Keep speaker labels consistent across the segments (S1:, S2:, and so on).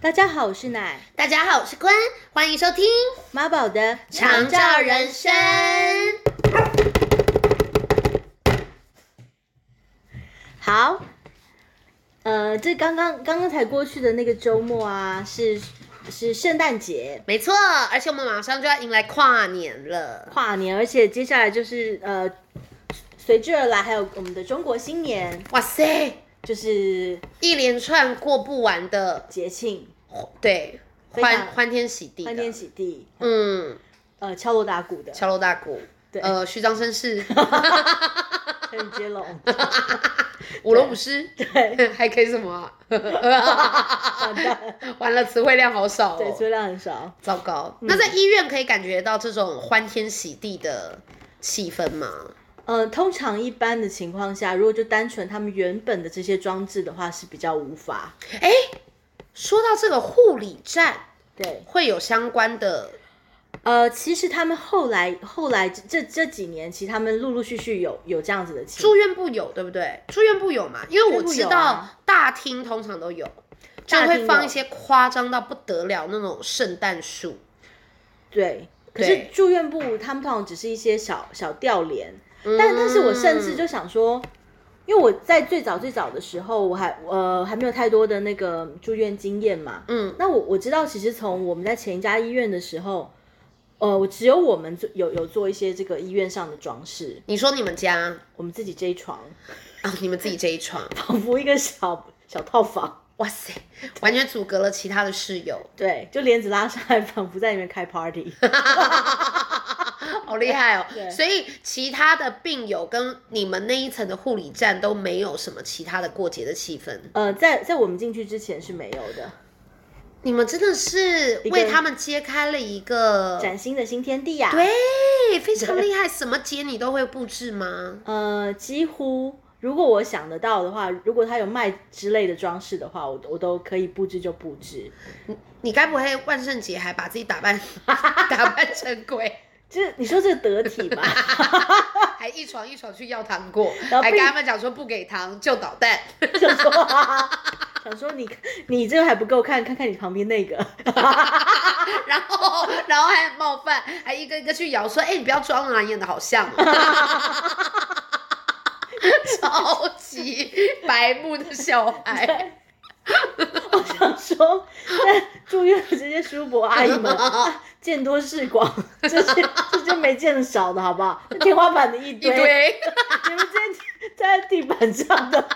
S1: 大家好，我是奶
S2: 大家好，我是坤，欢迎收听《
S1: 妈宝的
S2: 长照人生》。
S1: 好，呃，这刚刚刚刚才过去的那个周末啊，是是圣诞节
S2: 没错，而且我们马上就要迎来跨年了。
S1: 跨年，而且接下来就是呃，随之而来还有我们的中国新年，
S2: 哇塞，
S1: 就是
S2: 一连串过不完的，
S1: 节庆，
S2: 对，
S1: 非常
S2: 欢欢天喜地的，
S1: 欢天喜地，
S2: 嗯，
S1: 呃，敲锣打鼓的，
S2: 敲锣打鼓，
S1: 对
S2: 呃，虚张 声势，
S1: 还有接 龙，
S2: 舞龙舞狮，
S1: 对，
S2: 还可以什么啊、
S1: 完蛋，
S2: 完了，词汇量好少
S1: 对，嗯
S2: 哦，
S1: 数量很少。
S2: 糟糕。那在医院可以感觉到这种欢天喜地的气氛吗？
S1: 呃，通常一般的情况下，如果就单纯他们原本的这些装置的话，是比较无法。
S2: 说到这个护理站，
S1: 对，
S2: 会有相关的
S1: 呃，其实他们后来后来这这这几年，其实他们陆陆续续有有这样子的情
S2: 住院部有，对不对？住院部有嘛？因为我
S1: 住
S2: 知
S1: 院部有
S2: 道
S1: 啊
S2: 大厅通常都有，就
S1: 大厅
S2: 会放
S1: 有
S2: 一些夸张到不得了那种圣诞树。
S1: 对。可是
S2: 对
S1: 住院部他们通常只是一些小小吊帘，
S2: 嗯
S1: 但但是我甚至就想说，因为我在最早最早的时候，我还呃还没有太多的那个住院经验嘛，
S2: 嗯，
S1: 那我我知道，其实从我们在前一家医院的时候，呃，我只有我们做有有做一些这个医院上的装饰，
S2: 你说你们家啊、
S1: 我们自己这一床，
S2: 你们自己这一床，
S1: 仿佛一个小小套房，
S2: 哇塞，完全阻隔了其他的室友，
S1: 对，就帘子拉上来， 仿佛在里面开 party。
S2: 好厉害
S1: 对
S2: 哦！所以其他的病友跟你们那一层的护理站都没有什么其他的过节的气氛。
S1: 呃，在在我们进去之前是没有的，
S2: 你们真的是
S1: 一个
S2: 为他们揭开了一个
S1: 崭新的新天地呀、啊。，
S2: 对，非常厉害。什么节你都会布置吗？
S1: 呃，几乎如果我想得到的话，如果他有卖之类的装饰的话，我我都可以布置就布置。
S2: 你该不会万圣节还把自己打扮 打扮成鬼，
S1: 就是你说这个得体吧？
S2: 还一床一床去要糖果，
S1: 然后
S2: 还
S1: 被
S2: 跟他们讲说不给糖就捣蛋，
S1: 想说、 想说你你这个还不够看，看看你旁边那个。
S2: 然后然后还很冒犯，还一个一个去摇说，哎、你不要装了、啊，演的好像、哦。 超级白目的小 孩，
S1: 我想说，那住院的这些叔伯阿姨 们、啊见多识广，这些这些没见的少的好不好？天花板的一
S2: 一
S1: 堆，
S2: 堆，
S1: 你们这些站在地板上的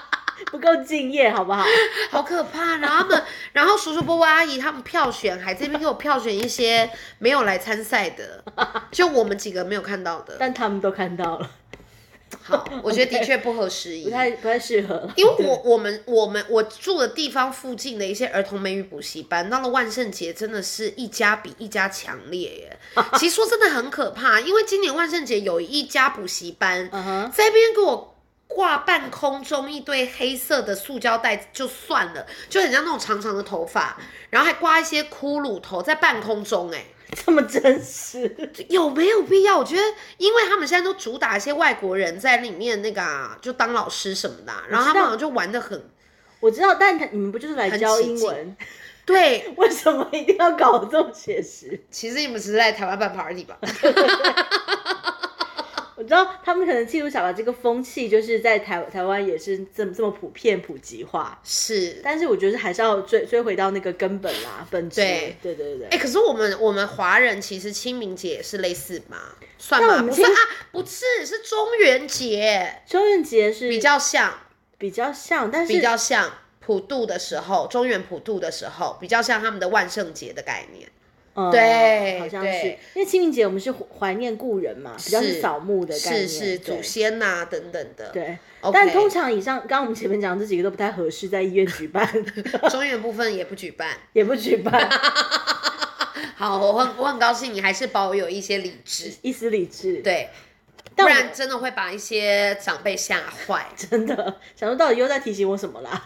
S1: 不够敬业好不好？
S2: 好可怕！然后他们，然后叔叔伯伯阿姨他们票选，还这边给我票选一些没有来参赛的，就我们几个没有看到的。
S1: 但他们都看到了，
S2: 好，我觉得的确不合时宜
S1: 不。太不太适合。
S2: 因为我我们我们我住的地方附近的一些儿童美语补习班，到了万圣节真的是一家比一家强烈 耶。其实说真的很可怕，因为今年万圣节有一家补习班
S1: 嗯哼，
S2: 在那边给我挂半空中一堆黑色的塑胶袋就算了，就很像那种长长的头发，
S1: 嗯
S2: 然后还挂一些骷髅头在半空中、哎，
S1: 这么真实，
S2: 有没有必要？我觉得，因为他们现在都主打一些外国人在里面那个、啊、就当老师什么的啊、然后他们好像就玩的很
S1: 我知道，但你们不就是来
S2: 很
S1: 教
S2: 起
S1: 英
S2: 劲
S1: 文？
S2: 对。
S1: 为什么一定要搞得这么写实？
S2: 其实你们只是在台湾办 party 吧？
S1: 我知道他们可能记录想把这个风气，就是在台台湾也是这么这么普遍普及化，
S2: 是，
S1: 但是我觉得还是要追追回到那个根本啦，本质。
S2: 对
S1: 对对对
S2: 哎、可是我们我们华人其实清明节也是类似嘛，算
S1: 但我
S2: 吗？
S1: 们
S2: 不
S1: 其
S2: 是
S1: 实
S2: 啊，不是，是中元节
S1: 中元节是
S2: 比较像，
S1: 比较像，但是
S2: 比较像普渡的时候，中原普渡的时候，比较像他们的万圣节的概念。
S1: 嗯
S2: 对
S1: 好像
S2: 对
S1: 是因为清明节我们是怀念故人嘛，比较是
S2: 是
S1: 扫墓的概念，
S2: 是是
S1: 对
S2: 祖先呐、等等的。
S1: 对。
S2: OK
S1: 但通常以上，刚刚我们前面讲的这几个都不太合适在医院举办，
S2: 中原部分也不举办。
S1: 也不举 办，
S2: 好，我很我很高兴你还是保有一些理智，
S1: 一丝理智。，
S2: 对，
S1: 但
S2: 不
S1: 我
S2: 然真的会把一些长辈吓坏。
S1: 真的想说到底又在提醒我什么啦？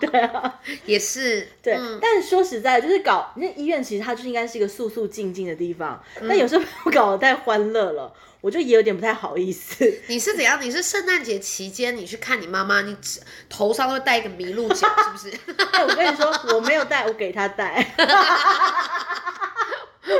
S1: 对啊，
S2: 也是，嗯对，
S1: 对。但说实在，就是搞那医院，其实它就应该是一个肃肃静静的地方。
S2: 嗯
S1: 但有时候 我搞得太欢乐了，我就也有点不太好意思。
S2: 你是怎样？你是圣诞节期间你去看你妈妈，你只头上都会戴一个麋鹿 角，是不是？
S1: 哎，我跟你说，我没有带，我给他带，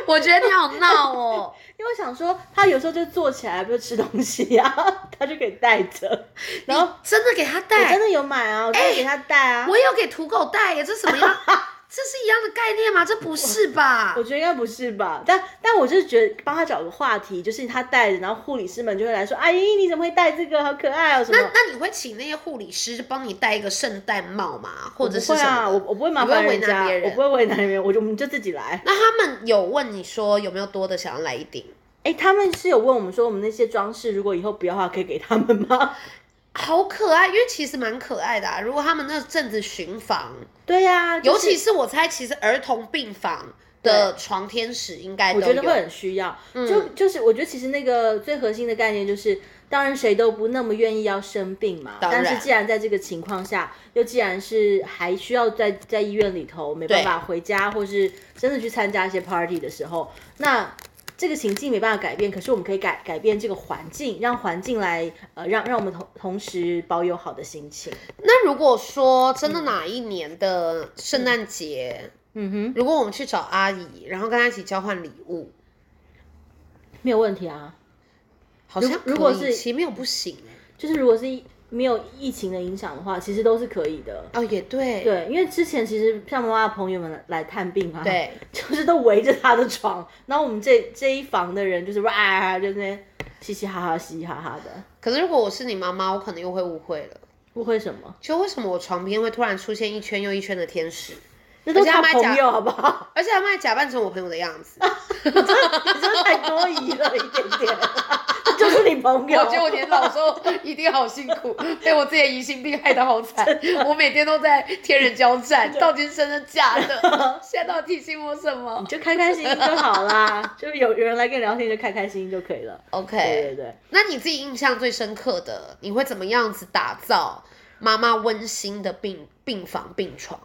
S2: 我觉得你好闹 哦。
S1: 因为我想说，他有时候就坐起来，不是吃东西啊， 他就可以带着。然后
S2: 真的给他
S1: 我真
S2: 戴，
S1: 的有买啊，我真的给他带啊。
S2: 哎我也有给土狗戴耶，这什么样？ 这是一样的概念吗？这不是吧
S1: 我？觉得应该不是吧，但但我就是觉得帮他找个话题，就是他带着，然后护理师们就会来说：“阿姨，你怎么会带这个？好可爱哦、什
S2: 那
S1: 么
S2: 那你会请那些护理师帮你戴一个圣诞帽吗？或
S1: 不
S2: 者是
S1: 会
S2: 什
S1: 啊，
S2: 么？
S1: 我我不会麻烦
S2: 你不会为
S1: 人
S2: 难
S1: 家，
S2: 别人
S1: 我不会为难人，我就我们就自己来。
S2: 那他们有问你说有没有多的想要来一顶？
S1: 哎，他们是有问我们说，我们那些装饰如果以后不要的话，可以给他们吗？
S2: 好可爱，因为其实蛮可爱的、啊。如果他们那阵子巡房，
S1: 对呀、就
S2: 尤
S1: 是
S2: 其是我猜，其实儿童病房的床天使应该
S1: 我
S2: 都
S1: 觉得会
S2: 有。
S1: 很需要。
S2: 嗯
S1: 就就是我觉得其实那个最核心的概念就是，当然谁都不那么愿意要生病嘛。
S2: 当然
S1: 但是既然在这个情况下，又既然是还需要在在医院里头没办法回家，或是真的去参加一些 party 的时候，那。这个情境没办法改变，可是我们可以改改变这个环境，让环境来呃，让让我们同同时保有好的心情。
S2: 那如果说真的哪一年的圣诞节，
S1: 嗯哼，
S2: 如果我们去找阿姨，然后跟她一起交换礼物，
S1: 没有问题啊。
S2: 好像
S1: 如如果
S2: 可以
S1: 是
S2: 其实没有不行欸
S1: 就是如果是疫没有疫情的影响的话，其实都是可以的。
S2: 哦，也对
S1: 对，因为之前其实像妈妈的朋友们来来探病啊，，
S2: 对，
S1: 就是 都围着她的床，然后我们这这一房的人就是哇、就在那边嘻嘻哈哈、嘻嘻哈哈的，
S2: 可是如果我是你妈妈，我可能又会误会了。
S1: 误会什么？
S2: 就为什么我床边会突然出现一圈又一圈的天使，
S1: 那都是她
S2: 而且她卖假
S1: 朋友好不好？
S2: 而且他们还假扮成我朋友的样子？
S1: 你真的太多疑了一点点， 就是你朋友。
S2: 我觉得我年老的时候一定好辛苦，被我自己的疑心病害得好惨。我每天都在天人交战，到底是真的假 的？现在到底提醒我什么
S1: 你就开开心心就好啦， 就是有有人来跟你聊天，你就开开心心就可以了。对对
S2: ？OK，
S1: 对，
S2: 那你自己印象最深刻的，你会怎么样子打造妈妈温馨的病病房病床？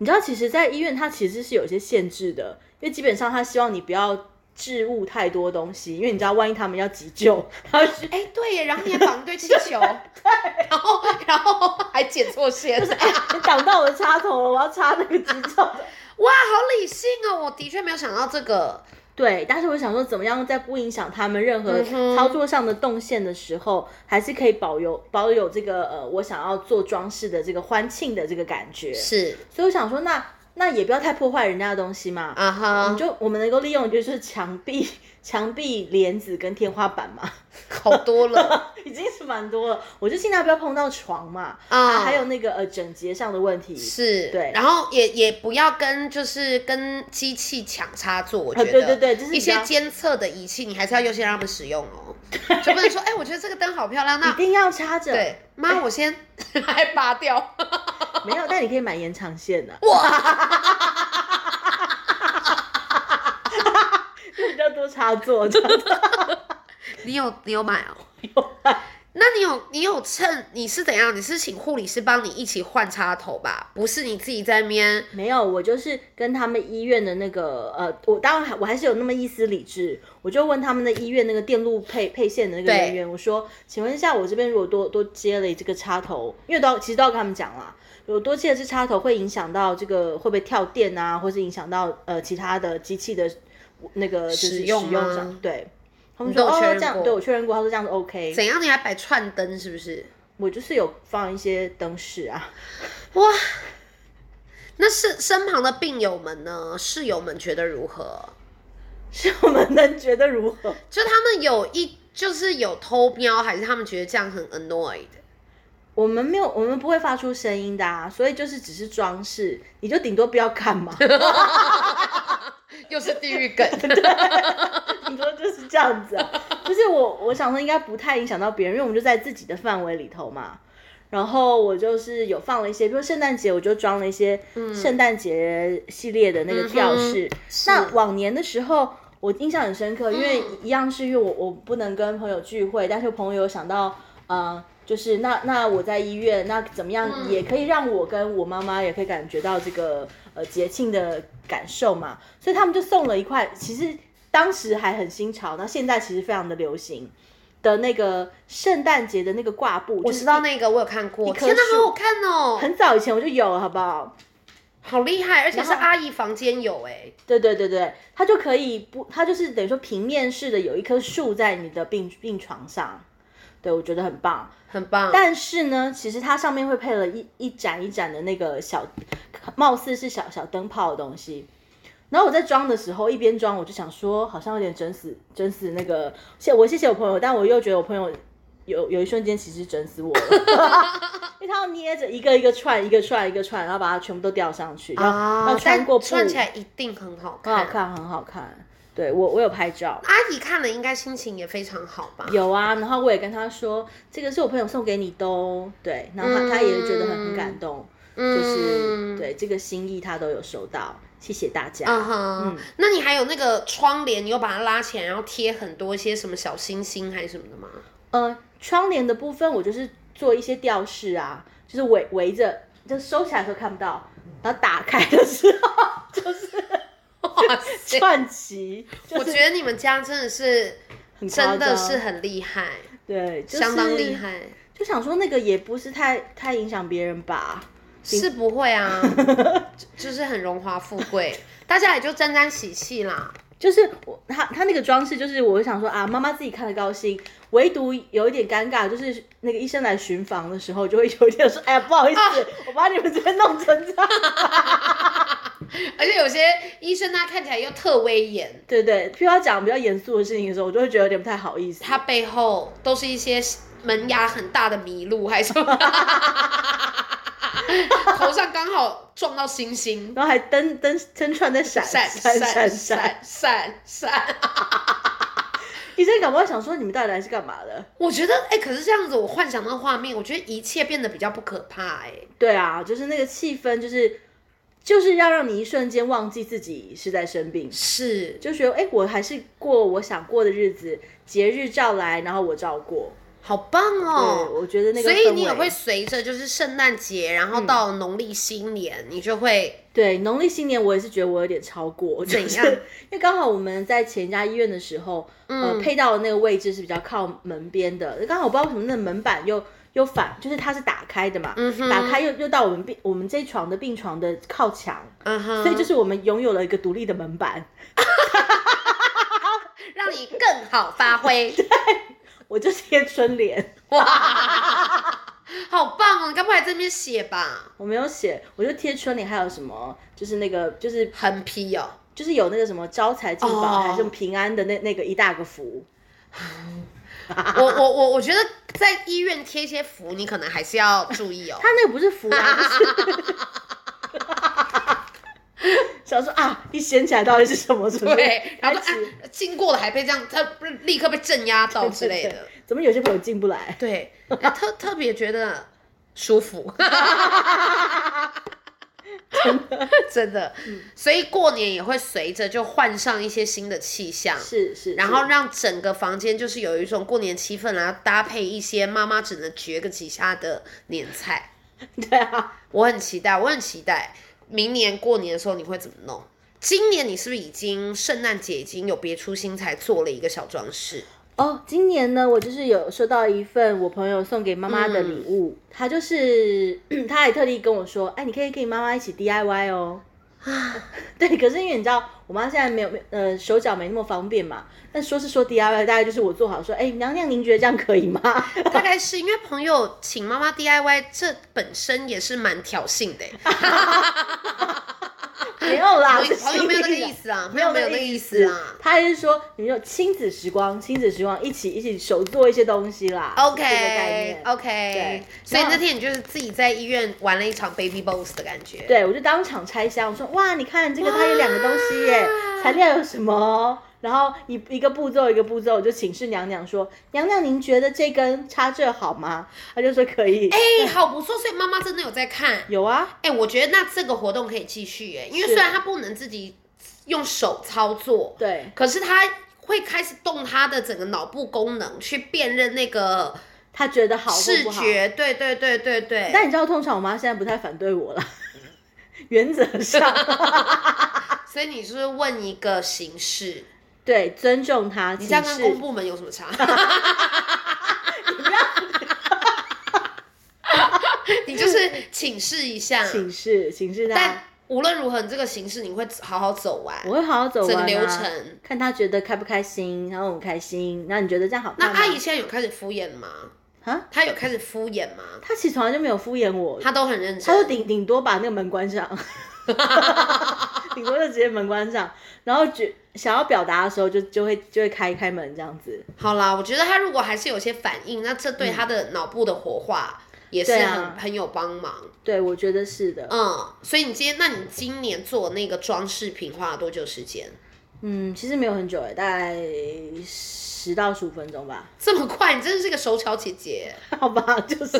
S1: 你知道，其实，在医院它其实是有一些限制的，因为基本上他希望你不要置物太多东西，因为你知道，万一他们要急救， 他是
S2: 哎、对耶，然后你还绑一堆气球，然后然后还剪错线，
S1: 你挡到我的插头了，我要插那个急救。
S2: 哇，好理性哦！我的确没有想到这个，
S1: 对，但是我想说，怎么样在不影响他们任何
S2: 嗯哼
S1: 操作上的动线的时候，还是可以保有保有这个呃，我想要做装饰的这个欢庆的这个感觉。
S2: 是
S1: 所以我想说那，那也不要太破坏人家的东西嘛。
S2: 啊
S1: 我
S2: 哈
S1: 们，就我们能够利用就是墙壁、墙壁、帘子跟天花板嘛。
S2: 好多 了
S1: 已经是蛮多了，我就尽量不要碰到床嘛，
S2: 啊，
S1: 还有那个呃整洁上的问题，
S2: 是，
S1: 对
S2: 然后也也不要跟就是跟机器抢插座，我觉得、
S1: 啊对对对就是
S2: 一
S1: 比
S2: 些
S1: 较
S2: 监测的仪器，你还是要优先让他们使 用哦，就不能说哎、我觉得这个灯好漂亮，
S1: 一
S2: 那
S1: 定要插着。
S2: 对，妈，我先还拔掉，
S1: 没有，但你可以买延长线的、
S2: 哇，
S1: 就比较多插座。这样子
S2: 你有你有买哦，那你有你有趁你是怎样？你是请护理师帮你一起换插头吧？不是你自己在那边
S1: 没有，我就是跟他们医院的那个呃，我当然还我还是有那么一丝理智，我就问他们的医院那个电路配配线的那个人员，我说，请问一下，我这边如果多多接了这个插头，因为都要其实都要跟他们讲啦，有多接了这插头会影响到这个会不会跳电啊，或是影响到呃其他的机器的那个就是
S2: 使
S1: 使
S2: 用
S1: 用
S2: 吗
S1: 上，对。他们
S2: 你都
S1: 说
S2: 有
S1: 哦，
S2: 确认
S1: 这样
S2: 过
S1: 对我确认过，他说这样子 OK，
S2: 怎样？你还摆串灯是不是？
S1: 我就是有放一些灯饰啊，
S2: 哇！那是身旁的病友们呢？室友们觉得如何？
S1: 是我们能觉得如何？
S2: 就他们有一就是有偷瞄，还是他们觉得这样很 annoyed？
S1: 我们没有，我们不会发出声音的、啊，所以就是只是装饰，你就顶多不要看嘛，
S2: 又是地狱 梗，
S1: 顶多就是这样子、啊。就是我，我想说应该不太影响到别人，因为我们就在自己的范围里头嘛。然后我就是有放了一些，比如圣诞节我就装了一些圣诞节系列的那个吊饰。那往年的时候，我印象很
S2: 嗯
S1: 深刻，因为一样是因为我我不能跟朋友聚会，但是朋友有想到呃就是那那我在医院，那怎么样
S2: 嗯
S1: 也可以让我跟我妈妈也可以感觉到这个呃节庆的感受嘛，所以他们就送了一块，其实当时还很新潮，那现在其实非常的流行的那个圣诞节的那个挂布，
S2: 我
S1: 就是
S2: 知道那个我有看过，天哪，
S1: 树
S2: 好好看哦，
S1: 很早以前我就有了，好不好？
S2: 好厉害，而且是
S1: 然后
S2: 阿姨房间有哎、
S1: 对对对对，它就可以不，它就是等于说平面式的有一棵树在你的病病床上，对我觉得很棒。
S2: 很棒。
S1: 但是呢，其实它上面会配了一一盏一盏的那个小，貌似是小小灯泡的东西。然后我在装的时候，一边装我就想说，好像有点整死整死那个，谢我谢谢我朋友，但我又觉得我朋友有有一瞬间其实整死我了， 因为他要捏着一个一个串，一个串一个串，然后把它全部都吊上去，要、
S2: 啊
S1: 要穿哦过布，
S2: 但穿起来一定很好
S1: 很
S2: 看。
S1: 好看，很好看。对我我有拍照，
S2: 阿姨看了应该心情也非常好吧？
S1: 有啊，然后我也跟他说，这个是我朋友送给你的哦，对，然后他、他也觉得很很感动，就是
S2: 嗯
S1: 对这个心意他都有收到，谢谢大家。
S2: 嗯哼，那你还有那个窗帘，你又把它拉起来，然后贴很多一些什么小星星还是什么 的吗？
S1: 呃，窗帘的部分我就是做一些吊饰啊，就是围围着，就收起来的时候看不到，然后打开的时候
S2: 哇塞！
S1: 串齐，就
S2: 我觉得你们家真的是，
S1: 很夸
S2: 真的
S1: 张
S2: 是很厉害，
S1: 对，就是
S2: 相当厉。害，
S1: 就想说那个也不是太太影响别人吧。
S2: 是不会 啊，就就是很荣华富贵，大家也就沾沾喜气啦。
S1: 就是我他他那个装饰，就是我想说啊，妈妈自己看得高兴，唯独有一点尴尬，就是那个医生来巡房的时候，就会有一点说，哎呀，不好意
S2: 啊
S1: 思，我把你们直接弄成这样，
S2: 而且有些医生他看起来又特威严，
S1: 对对，譬如要讲比较严肃的事情的时候，我就会觉得有点不太好意思。
S2: 他背后都是一些门牙很大的麋鹿，还是 什么，头上刚好撞到星星，
S1: 然后还灯灯灯串在闪
S2: 闪
S1: 闪闪，
S2: 闪闪闪闪。
S1: 医生搞不好想说你们到底来是干嘛的？
S2: 我觉得，哎、可是这样子，我幻想那个画面，我觉得一切变得比较不可怕、哎，
S1: 对啊，就是那个气氛，就是就是要让你一瞬间忘记自己是在生病，
S2: 是，
S1: 就觉得哎、我还是过我想过的日子，节日照来，然后我照过。
S2: 好棒
S1: 对，
S2: 哦。
S1: 我觉得那个
S2: 所
S1: 氛围，嗯
S2: 以你也会随着就是圣诞节，然后到农历新年，你就会
S1: 对农历新年，我也是觉得我有点超过，
S2: 怎
S1: 就是
S2: 样嗯
S1: 因为刚好我们在前一家医院的时候，呃，配到的那个位置是比较靠门边的，刚好我不知道为什么那门板又又反，就是它是打开的嘛，
S2: 嗯
S1: 打开又又到我们病我们这一床的病床的靠墙，
S2: 嗯哼，
S1: 所以就是我们拥有了一个独立的门板，
S2: 让你更好发挥。
S1: 我就贴春联，
S2: 哇， 好棒哦！你该不会还在那边写吧？
S1: 我没有写，我就贴春联，还有什么就是那个就是
S2: 横批哦，
S1: 就是有那个什么招财进宝、
S2: 哦
S1: 还是什么平安的那那个一大个符。
S2: 我我我我觉得在医院贴一些符，你可能还是要注意哦
S1: 他。那个不是福啊，就是 想说啊，一掀起来到底是什么？准备
S2: 对，然后就
S1: 开始
S2: 啊，经过了还被这样，他不是立刻被镇压到之类的。
S1: 怎么有些朋友进不来？
S2: 对，哎特特别觉得舒服， 真的，所以过年也会随着就换上一些新的气象。
S1: 是是，
S2: 然后
S1: 是
S2: 让整个房间就是有一种过年气氛，然后搭配一些妈妈只能绝个几下的年菜。
S1: 对啊，
S2: 我很期待，我很期待明年过年的时候你会怎么弄。今年你是不是已经圣诞节已经有别出心裁做了一个小装饰？
S1: 哦，今年呢，我就是有收到一份我朋友送给妈妈的
S2: 嗯
S1: 礼物，他就是 他还特地跟我说，哎，你可以跟你妈妈一起 DIY 哦。
S2: 啊
S1: 对，可是因为你知道，我妈现在没有没有呃手脚没那么方便嘛，但说是说 DIY，大概就是我做好说，哎，娘娘您觉得这样可以吗？
S2: 大概是因为朋友请妈妈 DIY，这本身也是蛮挑衅的欸。
S1: 没有啦，
S2: 朋
S1: 啊
S2: 友
S1: 是
S2: 朋友没有那个
S1: 心意
S2: 意
S1: 啦
S2: 思啊，
S1: 没
S2: 朋
S1: 有那
S2: 友没
S1: 个
S2: 有那个
S1: 意
S2: 意
S1: 思
S2: 思啊。
S1: 他还是说，你们就亲子时光，亲子时光，一起一起手做一些东西啦。是这个概
S2: OK
S1: 念。对
S2: OK，所以
S1: 然后
S2: 那天你就是自己在医院玩了一场 Baby Boss 的感觉。
S1: 对，我就当场拆箱，我说哇，你看这个它有两个东西耶，
S2: 哇
S1: 材料有什么？然后一一个步骤一个步骤，我就请示娘娘说，娘娘您觉得这根插这好吗？她就说可以。
S2: 哎、好不错，所以妈妈真的有在看。
S1: 有啊，
S2: 哎、我觉得那这个活动可以继续哎、因
S1: 是
S2: 为虽然她不能自己用手操作，
S1: 对，
S2: 可是她会开始动她的整个脑部功能去辨认那个
S1: 他觉得好或
S2: 视
S1: 不好。
S2: 觉，对对对对对。
S1: 但你知道，通常我妈现在不太反对我了， 原则上
S2: 所以你是问一个形式，
S1: 对尊重她。
S2: 你
S1: 你
S2: 这样跟公部门有什 么差？你就是请示一下，
S1: 请示请示
S2: 但
S1: 她，
S2: 无论如何，你这个形式你会好好走完。
S1: 我会好好走完、啊、
S2: 整个流程，
S1: 看她觉得开不开心，然后很开心。那你觉得这样好看
S2: 那
S1: 吗？
S2: 阿姨现在有开始敷衍吗？
S1: 啊，
S2: 她有开始敷衍吗？
S1: 她其实从来就没有敷衍我，
S2: 她都很认真，
S1: 他就顶顶多把那个门关上， 顶多就直接门关上，然后觉想要表达的时候就就会就会开开门这样子。
S2: 好啦，我觉得他如果还是有些反应，那这对他的脑部的活化也是
S1: 嗯对
S2: 很、
S1: 啊
S2: 很有帮忙。
S1: 对，我觉得是的。
S2: 嗯，所以你今天，那你今年做那个装饰品花了多久时间？
S1: 嗯，其实没有很久哎，大概十到十五分钟吧。
S2: 这么快，你真的是个手巧姐 姐。
S1: 好吧， 就是。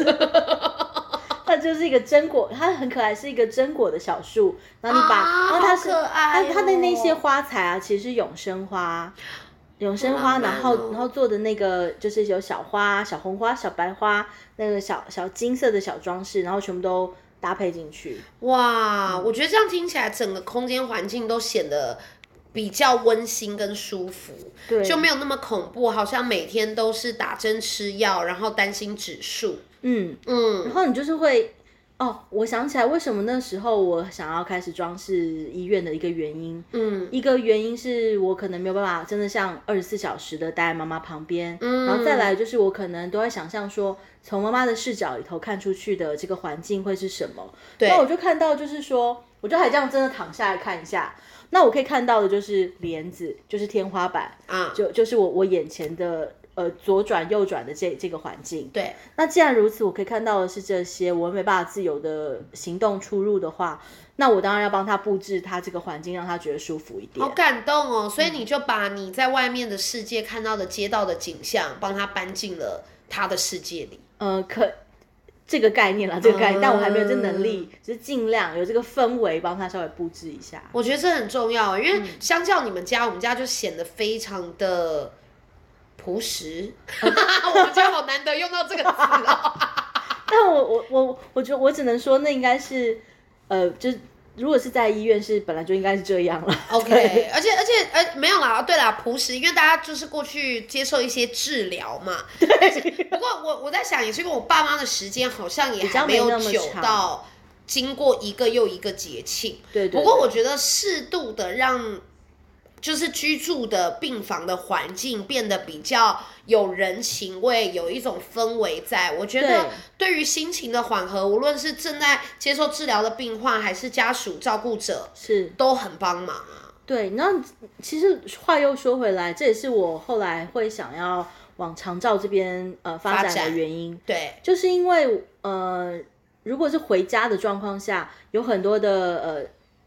S1: 它就是一个榛果，它很可爱，是一个榛果的小树。然后你把，
S2: 啊
S1: 然后它是
S2: 好可爱
S1: 它它的那些
S2: 哦
S1: 花材啊，其实是永生花，永生
S2: 好
S1: 花，
S2: 浪漫
S1: 然后、
S2: 哦
S1: 然后做的那个就是有小花、小红花、小白花，那个小小金色的小装饰，然后全部都搭配进去。
S2: 哇，我觉得这样听起来，整个空间环境都显得比较温馨跟舒服，
S1: 对，
S2: 就没有那么恐怖，好像每天都是打针吃药，然后担心指数。
S1: 嗯，
S2: 嗯
S1: 然后你就是会。哦，我想起来，为什么那时候我想要开始装饰医院的一个原因，
S2: 嗯
S1: 一个原因是我可能没有办法真的像二十四小时的待在妈妈旁边，
S2: 嗯
S1: 然后再来就是我可能都在想象说，从妈妈的视角里头看出去的这个环境会是什么。
S2: 对
S1: 那我就看到就是说，我就还这样真的躺下来看一下，那我可以看到的就是帘子，就是天花板，
S2: 啊，
S1: 就就是我我眼前的呃左转右转的这这个环境。
S2: 对，
S1: 那既然如此，我可以看到的是这些，我没办法自由的行动出入的话，那我当然要帮他布置他这个环境，让他觉得舒服一点。
S2: 好感动哦！所以你就把你在外面的世界看到的街道的景象，帮他搬进了他的世界里。
S1: 呃，可这个概念啦，这个概念，但我还没有这能力，
S2: 嗯
S1: 只是尽量有这个氛围帮他稍微布置一下。
S2: 我觉得这很重要，因为相较你们家，我们家就显得非常的朴实。 我们家好难得用到这个词哦。
S1: 但我我我我觉得我只能说，那应该是呃，就是如果是在医院是本来就应该是这样了。对
S2: OK，而且而且呃没有啦，对啦，朴实，因为大家就是过去接受一些治疗嘛。对。不过我我在想，也是因为我爸妈的时间好像也
S1: 比较
S2: 还没
S1: 没
S2: 有
S1: 那么
S2: 久
S1: 长
S2: 到经过一个又一个节庆。
S1: 对对
S2: 不过我觉得适度的让，就是居住的病房的环境变得比较有人情味，有一种氛围在。我觉得对于心情的缓和，无论是正在接受治疗的病患，还是家属照顾者，
S1: 是
S2: 都很帮忙啊。
S1: 对，那其实话又说回来，这也是我后来会想要往长照这边呃发
S2: 发
S1: 展的
S2: 展
S1: 原因。
S2: 对，
S1: 就是因为呃，如果是回家的状况下，有很多的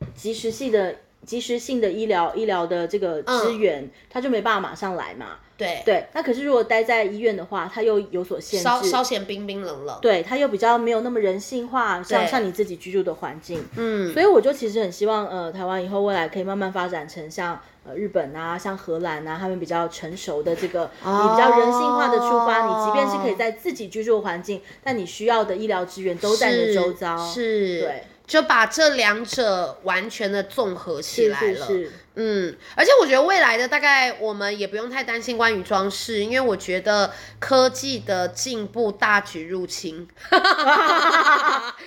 S1: 呃及时性的及时性的医疗医疗的这个资源，他就没办法马上来嘛。
S2: 嗯对
S1: 对，那可是如果待在医院的话，他又有所限
S2: 稍
S1: 制。
S2: 稍显冰冰冷冷。
S1: 对，他又比较没有那么人性化，像像你自己居住的环境，
S2: 嗯，
S1: 所以我就其实很希望，呃，台湾以后未来可以慢慢发展成像呃日本啊、像荷兰啊，他们比较成熟的这个，
S2: 哦
S1: 你比较人性化的出发，你即便是可以在自己居住的环境，但你需要的医疗资源都在你的周遭，
S2: 是，
S1: 对，
S2: 就把这两者完全的综合起
S1: 是
S2: 来
S1: 是
S2: 了。
S1: 是，
S2: 嗯，而且我觉得未来的大概我们也不用太担心关于装饰，因为我觉得科技的进步大举入侵，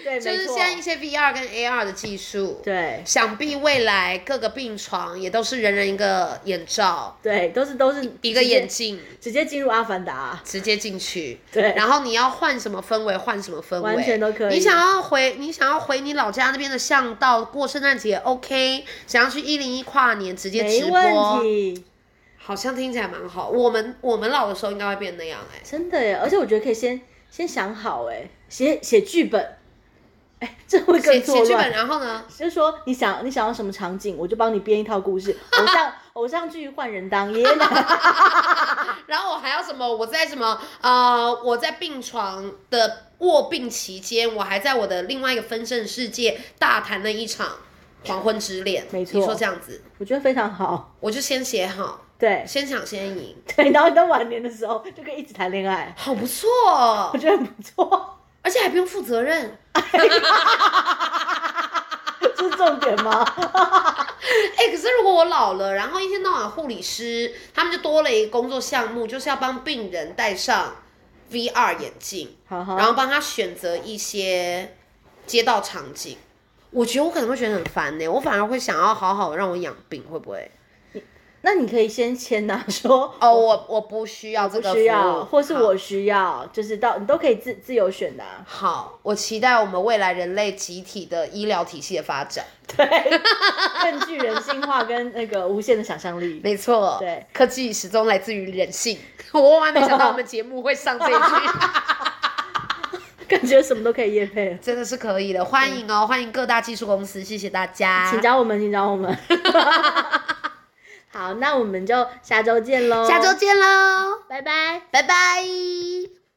S1: 对，
S2: 就
S1: 没
S2: 是
S1: 错
S2: 现在一些 VR 跟 AR 的技术，，
S1: 对
S2: 想必未来各个病床也都是人人一个眼罩，
S1: 对，都是都是
S2: 一个
S1: 直接
S2: 眼镜。
S1: 直接进入阿凡达，
S2: 直接进去，
S1: 对
S2: 然后你要换什么氛围，换什么氛围，
S1: 完全都可以
S2: 你想要回，你想要回你老家那边的巷道过圣诞节，OK？想要去一零一跨年，直接
S1: 没
S2: 直播，
S1: 问题，
S2: 好像听起来蛮好。我们我们老的时候应该会变那样哎、
S1: 真的耶，而且我觉得可以先先想好，哎，写写剧本，哎，这会更
S2: 写
S1: 错
S2: 写剧
S1: 乱
S2: 本，。然后呢？
S1: 就是说你想你想要什么场景，我就帮你编一套故事。 偶像偶像剧换人当爷爷奶，
S2: 然后我还要什么？我在什么？呃，我在病床的卧病期间，我还在我的另外一个分身世界大谈了一场黄昏之恋。
S1: 没错
S2: 你说这样子，
S1: 我觉得非常好。
S2: 我就先写好，
S1: 对
S2: 先抢先赢，
S1: 对，然后你到晚年的时候就可以一直谈恋爱，
S2: 好不错哦
S1: 我，觉得很不错，
S2: 而且还不用负责任。
S1: 这是重点吗？
S2: 哎、可是如果我老了，然后一天到晚护理师，他们就多了一个工作项目，就是要帮病人戴上 VR 眼镜，
S1: 好
S2: 然
S1: 好，
S2: 后帮他选择一些街道场景。我觉得我可能会觉得很烦呢、我反而会想要好好让我养病，会不会？
S1: 那你可以先签呐、说
S2: 哦，我我不需要这
S1: 不
S2: 个
S1: 需
S2: 服务
S1: 要，或是
S2: 好
S1: 我需要，就是到你都可以自自由选的、啊。
S2: 好，我期待我们未来人类集体的医疗体系的发展。
S1: 更具人性化跟那个无限的想象力。
S2: 没错，
S1: 对，
S2: 科技始终来自于人性。 我万万没想到我们节目会上这一句，
S1: 感觉什么都可以夜配了。
S2: 真的是可以的。欢迎哦，欢迎各大技术公司，谢谢大家，
S1: 请找我们，请找我们。 好，那我们就下周见喽，
S2: 下周见喽，
S1: 拜拜。
S2: 拜拜。